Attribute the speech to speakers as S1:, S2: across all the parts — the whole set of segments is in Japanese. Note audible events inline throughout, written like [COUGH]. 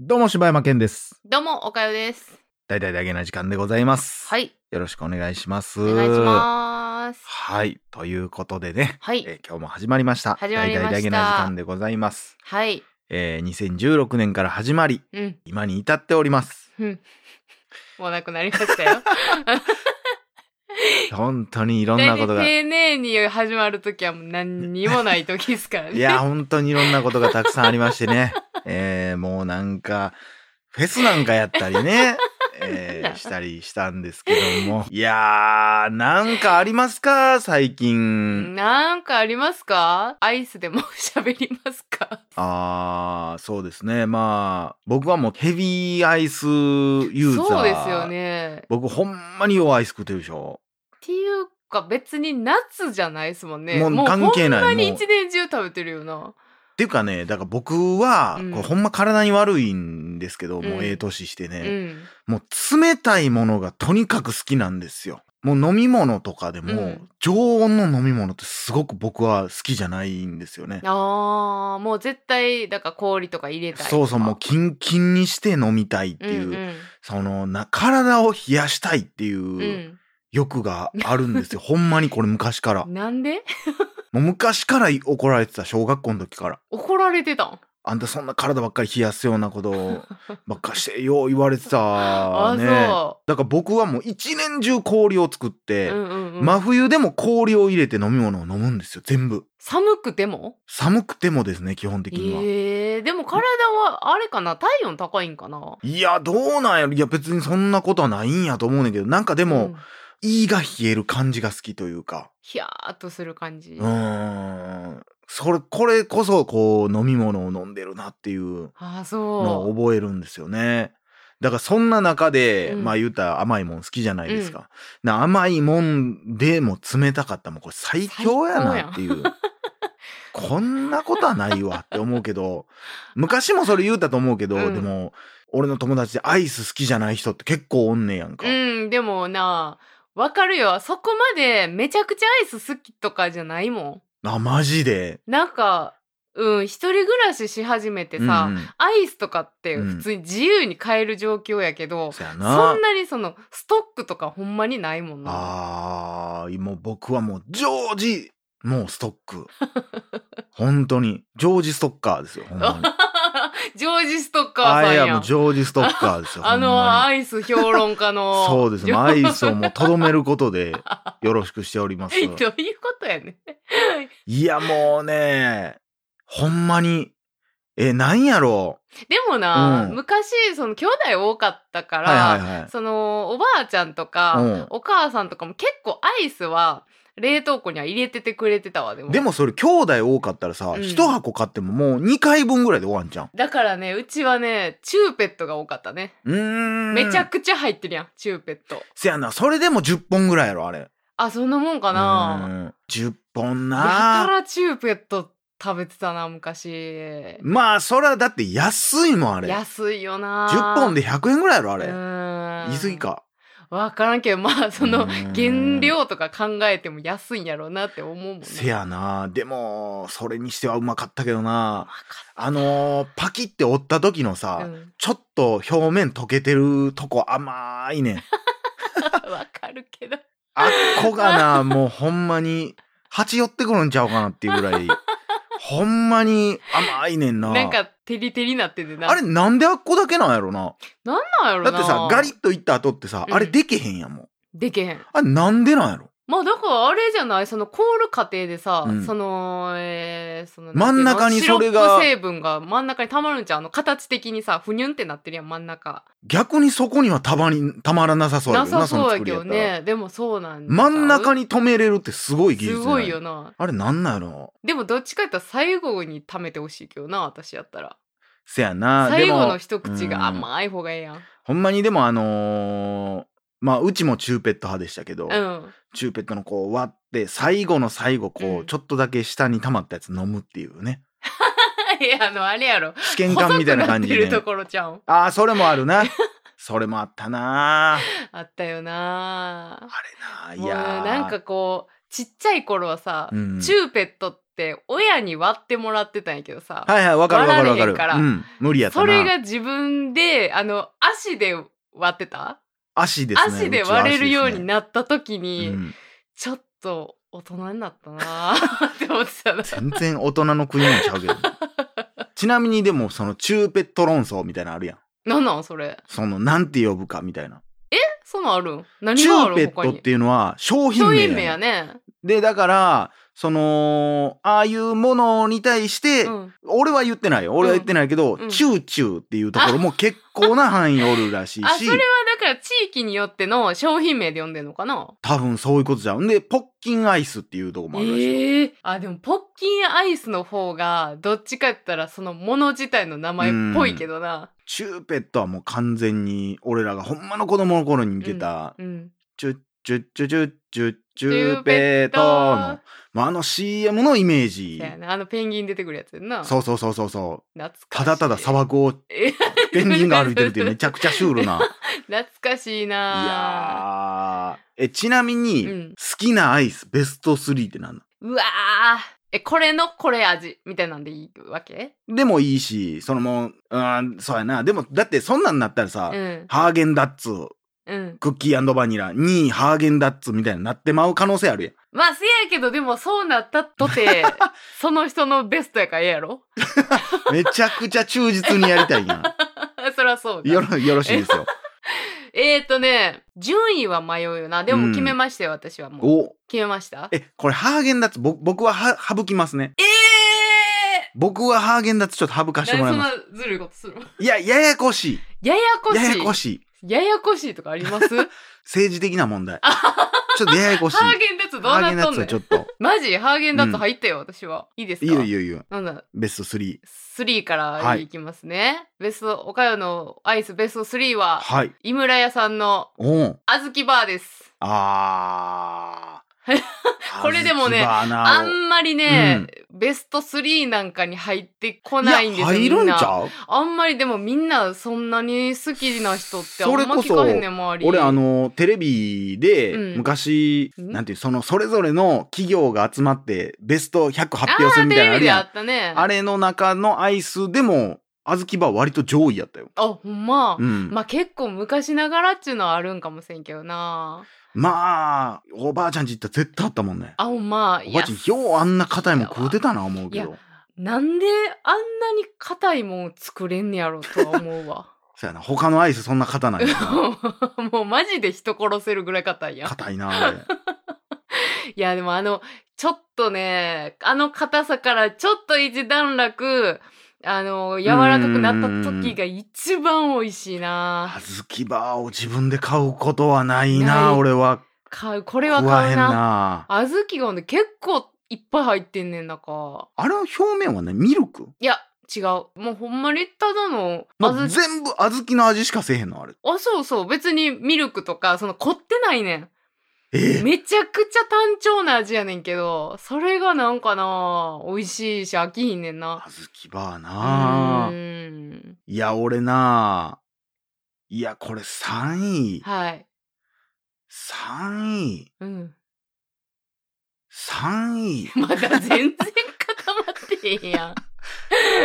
S1: どうも柴山健です。
S2: どうも、おかよです。
S1: 大々だけな時間でございます。
S2: はい、
S1: よろしくお願いします。
S2: お願いします。
S1: はい、ということでね、
S2: はい、
S1: えー今日も始まりました。
S2: 始まりました
S1: 大々だけな時間でございます。
S2: はい、
S1: えー、2016年から始まり、
S2: うん、
S1: 今に至っております。
S2: うん。 [LAUGHS] もうなくなりました
S1: [LAUGHS]
S2: よ。
S1: 本当にいろん
S2: 大
S1: な
S2: 体
S1: ことが、い
S2: 丁寧に始まるときはもう何にもないときですからね。
S1: や、本当にいろんなことがたくさんありましてね、 [LAUGHS] えー、もうなんか、フェスなんかやったりね、
S2: [LAUGHS]
S1: えー、したりしたんですけども。いやー、なんかありますか最近。
S2: [LAUGHS] なんかありますかアイスでも喋りますか
S1: あーそうですねまあ僕はもうヘビーアイスユーザー
S2: そうですよね。
S1: 僕ほんまに弱いアイス食ってるでしょ
S2: っていうか別に夏じゃないですもんね。
S1: もう関係ない
S2: ほんまに
S1: もう
S2: 一年中食べてるよな。
S1: っていうかねだから僕は、
S2: うん
S1: これほんま体に悪いんですけど、もううんええ年して
S2: う
S1: ね、
S2: ん。
S1: もう冷たいものがとにかく好きなんですよもう飲み物とかでも、
S2: うん
S1: 常温の飲み物ってすごく僕は好きじゃないんですよね
S2: ああ、もう絶対、だから氷とか入れたいとか。
S1: そうそうもうキンキンにして飲みたいって
S2: うん
S1: いう、
S2: うん、
S1: そのな体を冷やしたいっていう、
S2: うん。
S1: 欲があるんですよ。ほ [LAUGHS] んまにこれ昔から。も
S2: なんで
S1: う昔から怒られてた、小学校の時から。
S2: 怒られてたん
S1: あんたそんな体ばっかり冷やすようなこと
S2: [LAUGHS]
S1: をばっかしてよう言われてた
S2: あ
S1: ね。
S2: そ
S1: だから僕はもう一年中氷を作っ
S2: う、
S1: て、
S2: うんうんうん
S1: 真冬でも氷を入れて飲み物を飲むんですよ、全部。
S2: 寒くても
S1: 寒くてもですね、基本的には。
S2: ええでも体はあれかな体温高いんかない
S1: や、どうなんやろいや、別にそんなことはないんやと思うねんけど、なんかで
S2: で
S1: も、胃が冷える感じが好きというか。
S2: ヒヤーっとする感じ、
S1: うーん。それ、これこそ、こう、飲み物を飲んでるなっていう
S2: あ
S1: の
S2: そ
S1: を
S2: う
S1: 覚えるんですよね。だから、そんな中で、
S2: うん
S1: まあ言うたら甘いもん好きじゃないですか。な甘いもんでも冷たかったもん、これ最強やなっていう。こんなことはないわって思うけど、昔もそれ言うたと思うけど、
S2: うん
S1: でも、俺の友達でアイス好きじゃない人って結構おんねやんか。
S2: うんでもなわかるよそこまでめちゃくちゃアイス好きとかじゃないも
S1: あ、マジで。
S2: んなんかうん一人暮らしし始めてさ、
S1: うんうん
S2: アイスとかって
S1: うん
S2: 普通に自由に買える状況やけど、
S1: そやな。
S2: そんなにそのストックとかほんまにないもんな
S1: ああ、もう僕はもう常時、もうストック。 [LAUGHS] 本当に。常時ストッカーですよ、ほんまに。
S2: [LAUGHS] ジョージ・ストッカ
S1: あ
S2: ーさ
S1: い
S2: ん
S1: や、
S2: や
S1: も
S2: ん
S1: う。常時ストッカーですよ。
S2: [LAUGHS] あ
S1: ほん
S2: の
S1: ま
S2: アイス評論家
S1: に
S2: の。
S1: [LAUGHS] そうですね。
S2: ジョ
S1: アイスをもうとどめること
S2: [LAUGHS]
S1: で、よろしくしております。
S2: どういうことやねん。
S1: いや、もうね、ほんまに、え、なんやろ
S2: でもな、
S1: うん
S2: 昔、その兄弟多かったか
S1: う。
S2: ら、
S1: はいはいはい。
S2: そのおばあちゃんと
S1: う
S2: か、
S1: ん
S2: お母さんとかも結構アイスは冷凍庫には入れててくれてたわ、でも。
S1: でもそれ兄弟多かったらさ、
S2: うん
S1: 一箱買ってももう2回分ぐらいで終わんじゃん。
S2: だからね、うちはね、チューペットが多かったね。
S1: うーん。
S2: めちゃくちゃ入ってるやん、チューペット。
S1: せやな、それでも10本ぐらいやろ、あれ。
S2: あ、そんなもんかな。
S1: 10本
S2: やた
S1: な
S2: らチューペット食べてたな、昔。
S1: まあそれはだって安いもんあれ
S2: 安いよな
S1: 10本で100円ぐらいやろあ
S2: あ
S1: れ言い過ぎか
S2: 分からんけどまあそうの
S1: ーん
S2: 原料とか考えても安いんやろうなって思うもんね
S1: せやなでもそれにしてはうまかったけど
S2: わ
S1: な
S2: か
S1: あのーパキって折った時のさ、
S2: うん
S1: ちょっと表面溶けてるとこ甘いねん
S2: わかるけど
S1: あっこが
S2: [LAUGHS]
S1: なもうほんまに蜂寄ってくるんちゃうかなっていうぐらいほんまに甘いねんな
S2: なんかテリテリなっててな
S1: あれなんであっこだけなんやろな
S2: なんなんやろ
S1: だ
S2: な
S1: ってさガリッといった後ってさ、
S2: うん
S1: あれでけへんやもん
S2: でけへん
S1: あれなんでなんやろ
S2: まあだからあれじゃないその凍る過程でさ、
S1: うん
S2: そのえーその
S1: 真ん中にそれが
S2: シロップ成分が真ん中にたまるんちゃうあの形的にさふにゅんってなってるやん真ん中
S1: 逆にそこにはたまにたまらなさそうや
S2: な
S1: けどな
S2: さ
S1: その
S2: そうや
S1: 作り
S2: け
S1: やっ
S2: ど
S1: たら
S2: ねでもそうなんちゃう
S1: 真ん中に止めれるってすごい技術
S2: す
S1: じゃな
S2: ごいよな
S1: あれなんなんやろ
S2: でもどっちかやったら最後に貯めてほしいけどな私やったら
S1: せやな
S2: 最後
S1: で
S2: の
S1: も
S2: 一口
S1: うん
S2: が甘い方がええやん
S1: ほんまにでもあのーまあうちもチューペット派でしたけど、
S2: うん [LAUGHS]
S1: チューペットのこう割って最後の最後こう、
S2: うん
S1: ちょっとだけ下に溜まったやつ飲むっていうね
S2: いやあのあれやろ
S1: 試験管みたいな感じ
S2: 細
S1: で、
S2: く
S1: ね
S2: なってると、ころちゃうん
S1: ああそれもあるなそれもあったな
S2: あったよな
S1: あれない
S2: [LAUGHS] もう
S1: やー
S2: なんかこうちっちゃい頃はさ、
S1: うん
S2: チューペットっって親に割ってもらってたんやけどさ、
S1: はいはい、わかるわかるわか
S2: 割られへんから
S1: る。うん、無理やった
S2: そ
S1: な。
S2: れが自分であの足で割ってた、
S1: 足ですね。
S2: 足で割れるように
S1: な
S2: なった時に、
S1: うん
S2: ちょっと大人になったなーって思ってた [LAUGHS] な。
S1: 全然大人の国もちゃうけ
S2: [LAUGHS]
S1: ど。ちなみにでもそのチューペット論争みたいなのあるやん。
S2: なんなんそれ。
S1: そのなんて呼ぶかみたいな。
S2: そんなんあるん何
S1: チ
S2: が
S1: ュ
S2: あ
S1: ーペ
S2: るん
S1: ッ
S2: 他
S1: トっ
S2: に。
S1: ていうのは商品
S2: 商
S1: 名や
S2: 品
S1: ねん
S2: 名やね。
S1: でだからそのああいうものに対して、
S2: うん。
S1: 俺は言ってないよ俺は言ってないけど、
S2: うん
S1: チューチューっていうところも結構な範囲おるらしい
S2: あ、そ
S1: し
S2: れはだから地域によっての商品名で呼んでんのかな
S1: 多分そういうことじゃんでポッキンアイスっていうとこもあるらしい、
S2: ええあ、でもポッキンアイスの方が、どっちかやったらそのもの自体の名前っぽいけどな。
S1: チューペットはもう完全に俺らがほんまの子供の頃に見てた、
S2: うん。
S1: チュッチュッチュチュッチュッチューペットのまああの CM のイメー
S2: そ
S1: ジ
S2: やなあのペンギン出てくるやつやんな。
S1: そうそうそうそうそう
S2: 懐かしい。
S1: ただただ砂漠を
S2: え。
S1: ペンギンが歩いて [LAUGHS] るっていうめちゃくちゃシュールな
S2: 懐かしい
S1: い
S2: な
S1: やーえちなみに、
S2: うん
S1: 好きなアイスベスト3って何な
S2: うわーえ、これのこれ味みたいなんでいいわけ
S1: のでもいいしそのもううんそうやなでもだってそんなんなったらさ、
S2: うん。
S1: ハーゲンダッツ
S2: うん。
S1: クッキーバニラ2位ハーゲンダッツみたいになってまう可能性あるやん
S2: まあ、せやけど、でもそうなった
S1: [LAUGHS]
S2: とて、その人のベストやからええやろ [LAUGHS]
S1: めちゃくちゃ忠実にやりたいや
S2: そりゃそうだ
S1: んよろよろしい [LAUGHS] ですよ
S2: えーとね、順位は迷うよな。でも決めましたよ、私はもう。
S1: お
S2: 決めました
S1: えこれハーゲンダッツぼ僕はは省きますね
S2: え
S1: 僕はハーゲンダッツちょっと省か
S2: ー
S1: してもらいます
S2: 何そんなずるいことするの
S1: いやややこし
S2: ややこ
S1: い
S2: しい。
S1: ややこ
S2: し
S1: しい
S2: い。ややこしいとかあり
S1: [LAUGHS]
S2: ますハ
S1: 政治的な問題。ちょっとややこしい。
S2: ーゲンダッツどうな
S1: ハ
S2: っ
S1: ーゲ
S2: とん
S1: ン
S2: ね
S1: ダッツはちょ
S2: ん
S1: っと。
S2: マジハーゲンダッツ入ったよ、私は。いいです
S1: い
S2: か
S1: いよいいよいいよ。
S2: なんだ
S1: ベスト3。
S2: 3からいきますね。ベスト、おかよのアイスベスト3は、
S1: はい。
S2: 井村屋さんの
S1: おん。
S2: あずきバーです。
S1: あー。
S2: [LAUGHS] これでもね
S1: あずきバーナーを
S2: あんまりね、ベスト3なんかに入ってこないんですよ。
S1: いや入るんち
S2: みな
S1: ゃう
S2: あんまりでもみんなそんなに好きな人ってあん
S1: それ
S2: ま
S1: こ
S2: 聞
S1: そ
S2: かへんねん周り
S1: 俺あのテレビで
S2: うん
S1: 昔、
S2: うん
S1: なんていうそのそれぞれの企業が集まってベスト100発表するみたいなの
S2: あ
S1: ある
S2: ーテレビで
S1: や
S2: あ
S1: ん
S2: ったね
S1: あれの中のアイスでも小豆バー割と上位やったよ、
S2: あほんま、
S1: うん、
S2: まあ結構昔ながらっちゅうのはあるんかもしれんけどな
S1: まあおばあちゃんち行ったら絶対あったもんね
S2: あほんま
S1: お
S2: い
S1: ば
S2: や
S1: あちゃんようあんな硬いもん食うてたな思うけ
S2: い
S1: ど
S2: なんであんなに硬いもん作れんねやろとは思
S1: [LAUGHS]
S2: うわ
S1: そやな他のアイスそんな硬ないよな
S2: もうマジで人殺せるぐらい硬いやん
S1: 硬いなあれ
S2: いやでもあのちょっとねあの硬さからちょっと一段落あの柔らかくなった時が一番美味しいな
S1: 小豆バーを自分で買うことはないな
S2: ない
S1: 俺は
S2: 買うこれは
S1: 食わ
S2: 買
S1: へ
S2: うんな
S1: なあ
S2: 小豆がね結構いっぱい入ってんねん中
S1: れの表面はねミルク
S2: いや違うもうほんまにただの
S1: も
S2: 小
S1: う
S2: 豆
S1: 全部小豆の味しかせえへんのあれ
S2: あそうそう別にミルクとかその凝ってないね
S1: え
S2: ん
S1: え
S2: めちゃくちゃ単調な味やねんけどそれがなんかな美味しいし飽きひんねんな
S1: 小豆バー
S2: う
S1: なあ
S2: ーん
S1: いや俺ないやこれ3位
S2: はい
S1: 3位
S2: うん
S1: 3位
S2: まだ全然固まってへんやん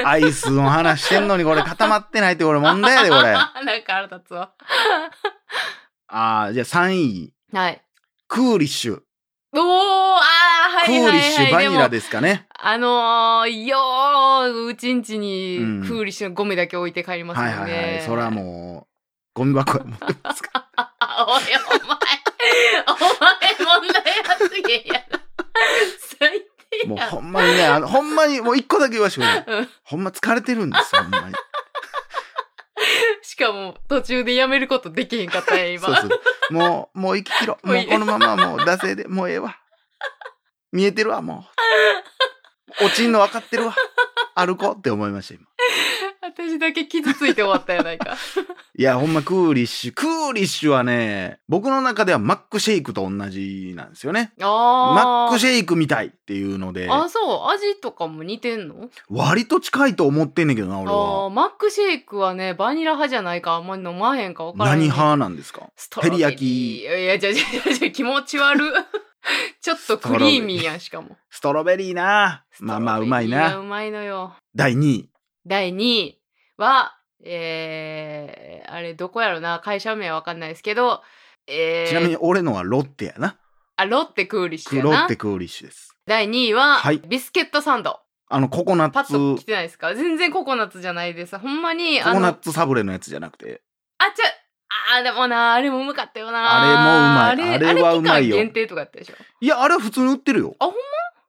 S1: アイスの話してんのにこれ固まってないってこれ問 [LAUGHS] 題やでこ
S2: [LAUGHS]
S1: れあ
S2: なんか腹立つわ
S1: ーじゃあ3位
S2: はい
S1: クーリッシュ
S2: おーあーはい
S1: ク
S2: はい
S1: ー
S2: はい
S1: リッシュバ
S2: で
S1: ニ
S2: も
S1: ラですかね。
S2: あのー、よーうちんちに
S1: うん
S2: クーリッシュのゴミだけ置いて帰りますもん
S1: は
S2: ね。
S1: いはいはい。それはもう、ゴミ箱やもん。
S2: あおい、お前、 [LAUGHS] お前問題発言やな。最低
S1: もう
S2: や
S1: ほんまにね、あのほんまにもう一個だけ言わしてくれ。
S2: うん
S1: ほんま疲れてるんですよ、ほんまに。
S2: しかも、途中でやめることできへんかったや [LAUGHS] ん、今。
S1: そうそう。もう、もう生き切ろう。
S2: もう
S1: も
S2: いうい
S1: このままもう惰性で、もうええわ。見えてるわ、も
S2: [LAUGHS]
S1: う。落ちんの分かってるわ。歩こうって思いました、今。
S2: 私だけ傷ついて終わったやな
S1: [LAUGHS]
S2: いか。
S1: いや、ほんまクーリッシュ。クーリッシュはね、僕の中ではマックシェイクと同じなんですよね。マ
S2: あー。
S1: ックシェイクみたいっていうので、
S2: あ、そう、味とかも似てんの
S1: 割と近いと思ってんねんけどな、
S2: あ
S1: 俺は。
S2: ーマックシェイクはね、バニラ派じゃないか、あんまり飲まへんか分からへん。
S1: 何派なんですか
S2: ストロベリー
S1: 照り焼き [LAUGHS]
S2: いや、じゃじゃじゃ気持ち悪。ちょっとクリーミーやん、しかも。
S1: ストロベリーな。まあまあ、うまい
S2: や
S1: な。
S2: うまいのよ。
S1: 第2位。
S2: 第2位は、えー、あれ、どこやろな、会社名わかんないですけど、えー、
S1: ちなみに俺のはロッテやな。
S2: あ、ロッテクーリッシュや
S1: ロ
S2: な
S1: ッ。テクーリッシュです。
S2: 第2位は、
S1: はい
S2: ビスケットサンド。
S1: あの、ココナ
S2: パ
S1: ッ
S2: ッと来
S1: ツ、
S2: てないですか全然ココナッツじゃないです。ほんまに、
S1: コ
S2: あ
S1: コ
S2: の、
S1: ナッ
S2: あ、
S1: ツサブレのやつじゃなくて。
S2: ちゃ、あー、でもな、あれもうまかったよな。
S1: あれもうまいあれはうまいよ
S2: 期間限定とかやったでしょ。
S1: いや、あれは普通に売ってるよ。
S2: あほんま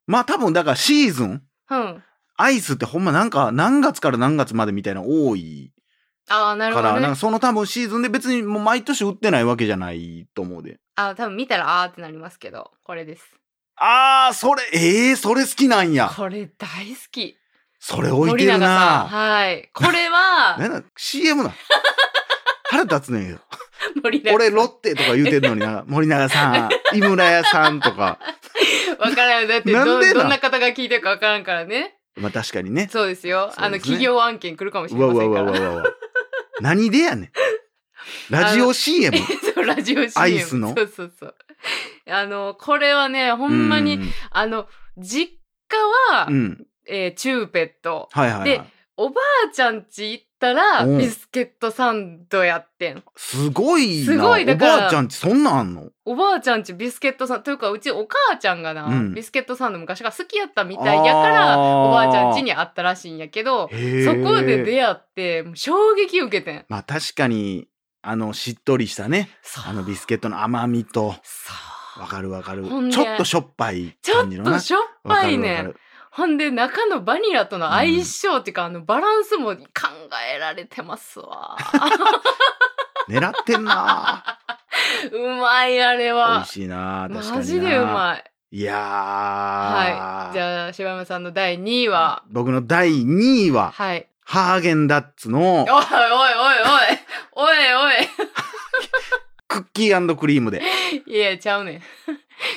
S1: まあ多分、だからシーズン、
S2: うん。
S1: アイスってほんまなんか何月から何月までみたいなの多い
S2: あー、な
S1: か
S2: るほ
S1: ら、
S2: ど、
S1: なん
S2: ね
S1: か。その多分シーズンで別にもう毎年売ってないわけじゃないと思うで。
S2: あー、多分見たら、あーってなりますけど、これです。
S1: あー、それ、えー、それ好きなんや。
S2: これ大好き。
S1: それ置いてる
S2: 森永
S1: な。
S2: さんはい。これは、
S1: なんだ、CM [LAUGHS] な。腹立つねんよ。
S2: 森永
S1: 俺、ロッテとか言うてんのに [LAUGHS] な、森永さん、井村屋さんとか。
S2: わからん。だって
S1: なん
S2: ど、
S1: でなん
S2: どんな方が聞いてるかわからんからね。
S1: まあ確かにね。
S2: そうですよ。
S1: そうですね
S2: あの、企業案件来るかもし
S1: う
S2: れ
S1: わ
S2: ま
S1: うわう
S2: せ
S1: ん
S2: か
S1: わ
S2: ら。
S1: うわうわ。何でやねん。ラジオ CM。
S2: [LAUGHS] そうラジオ CM。
S1: アイスの
S2: そうそうそう。あの、これはね、ほんま
S1: う
S2: に、
S1: ん。
S2: あの、実家は、
S1: うん。
S2: えーチューペット。
S1: はいはい、はい
S2: で。おばあちゃん家行ったら、
S1: うん
S2: ビスケットサンドやってん。
S1: すごいな。
S2: すごいだから
S1: おばあちゃんちそんなんあんの
S2: おばあちゃん家ビスケットサンド。というか、うちお母ちゃんがな、
S1: うん
S2: ビスケットサンド昔から好きやったみたいやから、
S1: あー
S2: おばあちゃん家にあったらしいんやけど、
S1: へ
S2: そ
S1: ー
S2: こで出会って、もう衝撃受けてん。
S1: まあ確かに、あの、しっとりしたね。
S2: そう
S1: あのビスケットの甘みと、
S2: そう
S1: わかるわかる
S2: ほん。で
S1: ちょっとしょっぱい
S2: ちょ
S1: 感じ
S2: っ
S1: の
S2: と
S1: な。
S2: しょっぱ
S1: わ
S2: い
S1: か
S2: ね
S1: るわ
S2: ん
S1: かる
S2: ほんで中のバニラとの相性っていうか、あのバランスも考えられてま
S1: [LAUGHS]
S2: すわ
S1: 狙ってんな。
S2: うまい [LAUGHS] あれ
S1: 美
S2: は
S1: 味しいな。確かにな。
S2: マジでうまい
S1: い。いやー。
S2: はいじゃあ柴山さんの第2位は
S1: 僕の第2位は、
S2: はい
S1: ハーゲンダッツの
S2: おいおいおいおいおい
S1: クッキークリームで。
S2: おい [LAUGHS] いやちゃうねん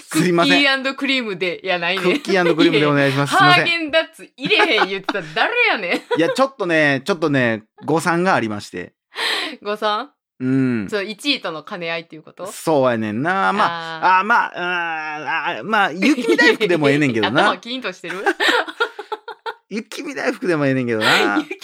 S1: すいません。
S2: クッキークリームでいやない
S1: ク
S2: ねん
S1: ッキークリームでお願いします。すいま
S2: ハ
S1: せ
S2: ー
S1: ん。
S2: ゲンダッツ入れへん言ってたら誰
S1: [LAUGHS]
S2: やねん
S1: いや、ちょっとね、ちょっとね、誤算がありまして。
S2: ごさん
S1: うん。
S2: そう1位との兼ね合いっていうこと
S1: そうやねんな。ま
S2: あー
S1: あ、あーまあ、あーあーまあ、雪見大福でもええねんけ
S2: [LAUGHS]
S1: ど
S2: 頭
S1: な。
S2: キーンとしてる
S1: 雪見大福でもええねんけどな。
S2: 雪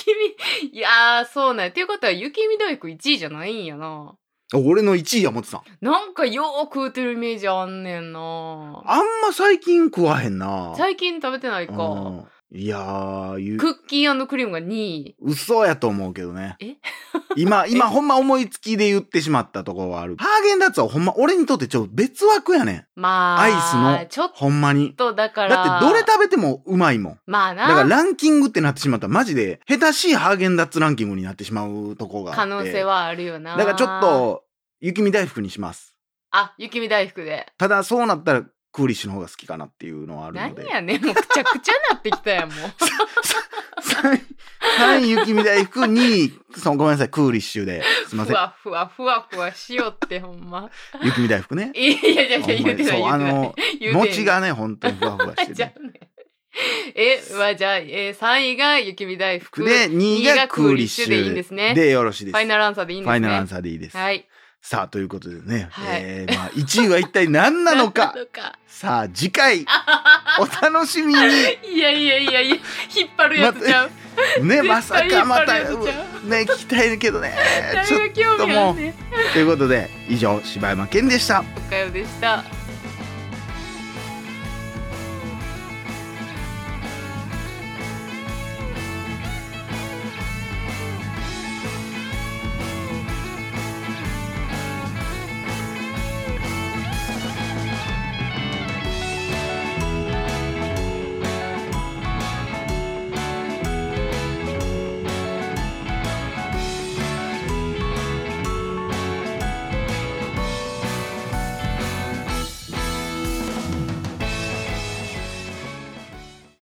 S2: 見、いやー、そうなんや。っていうことは、雪見大福1位じゃないんやな。
S1: 俺の1位や思ってたん。
S2: なんかよー食うてるイメージあんねんな。
S1: あんま最近食わへんな。
S2: 最近食べてないか。
S1: うんいやー、ゆ
S2: クッキークリームが2位。
S1: 嘘やと思うけどね
S2: え。 [LAUGHS]
S1: 今、今ほんま思いつきで言ってしまったところはある。ハーゲンダッツはほんま俺にとってちょっと別枠やねん。
S2: まあ、
S1: アイスの
S2: ちょっ
S1: ほんまに。
S2: とだから。
S1: だってどれ食べてもうまいもん。
S2: まあ
S1: だから
S2: な。
S1: ランキングってなってしまったらマジで下手しいハーゲンダッツランキングになってしまうとこがあって
S2: 可能性はあるよな。
S1: だからちょっ。と雪見大福にします
S2: あ、雪見大福で。
S1: ただそうなったらクーリッシュの方が好きかなっていうのはあるの
S2: 何
S1: で
S2: やねん、もうくちゃくちゃなってきたや
S1: [LAUGHS]
S2: ん、もう。
S1: 3位雪見大福2位そのごめんなさいクーリッシュですいませ
S2: ふ
S1: ん
S2: わふわふわふわしよって、ほんま。
S1: 雪見大福ね
S2: いやいやいや
S1: ほんまに
S2: 言うてな
S1: そう
S2: い、言うてない。
S1: あの
S2: 言うてない
S1: 餅がね本当にふわふわして
S2: じゃ
S1: て
S2: [LAUGHS] あね。え、まあ、じゃあ、えー、3位が雪見大福。
S1: で2位がクーリッシュ
S2: でいいんですね。
S1: でよろしいです
S2: ファイナルアンサーでいいん
S1: フ
S2: ですね。
S1: ァイナルアンサーでいいです
S2: はい。
S1: さあということでね
S2: はい
S1: えーまあ1位は一体何なのか
S2: [LAUGHS] なのか。
S1: さあ次
S2: [LAUGHS]
S1: 回お楽しみに
S2: いやいやいやいや、引っ張るやつちゃう。
S1: ねま
S2: 絶
S1: さ
S2: 対引
S1: か
S2: っ
S1: ま
S2: 張る
S1: た
S2: やつちゃ
S1: ね聞きたいけど
S2: [LAUGHS]
S1: ね
S2: 誰
S1: ちょっ
S2: が興味あんねん。
S1: ということで以上柴山健でした
S2: おかよでした。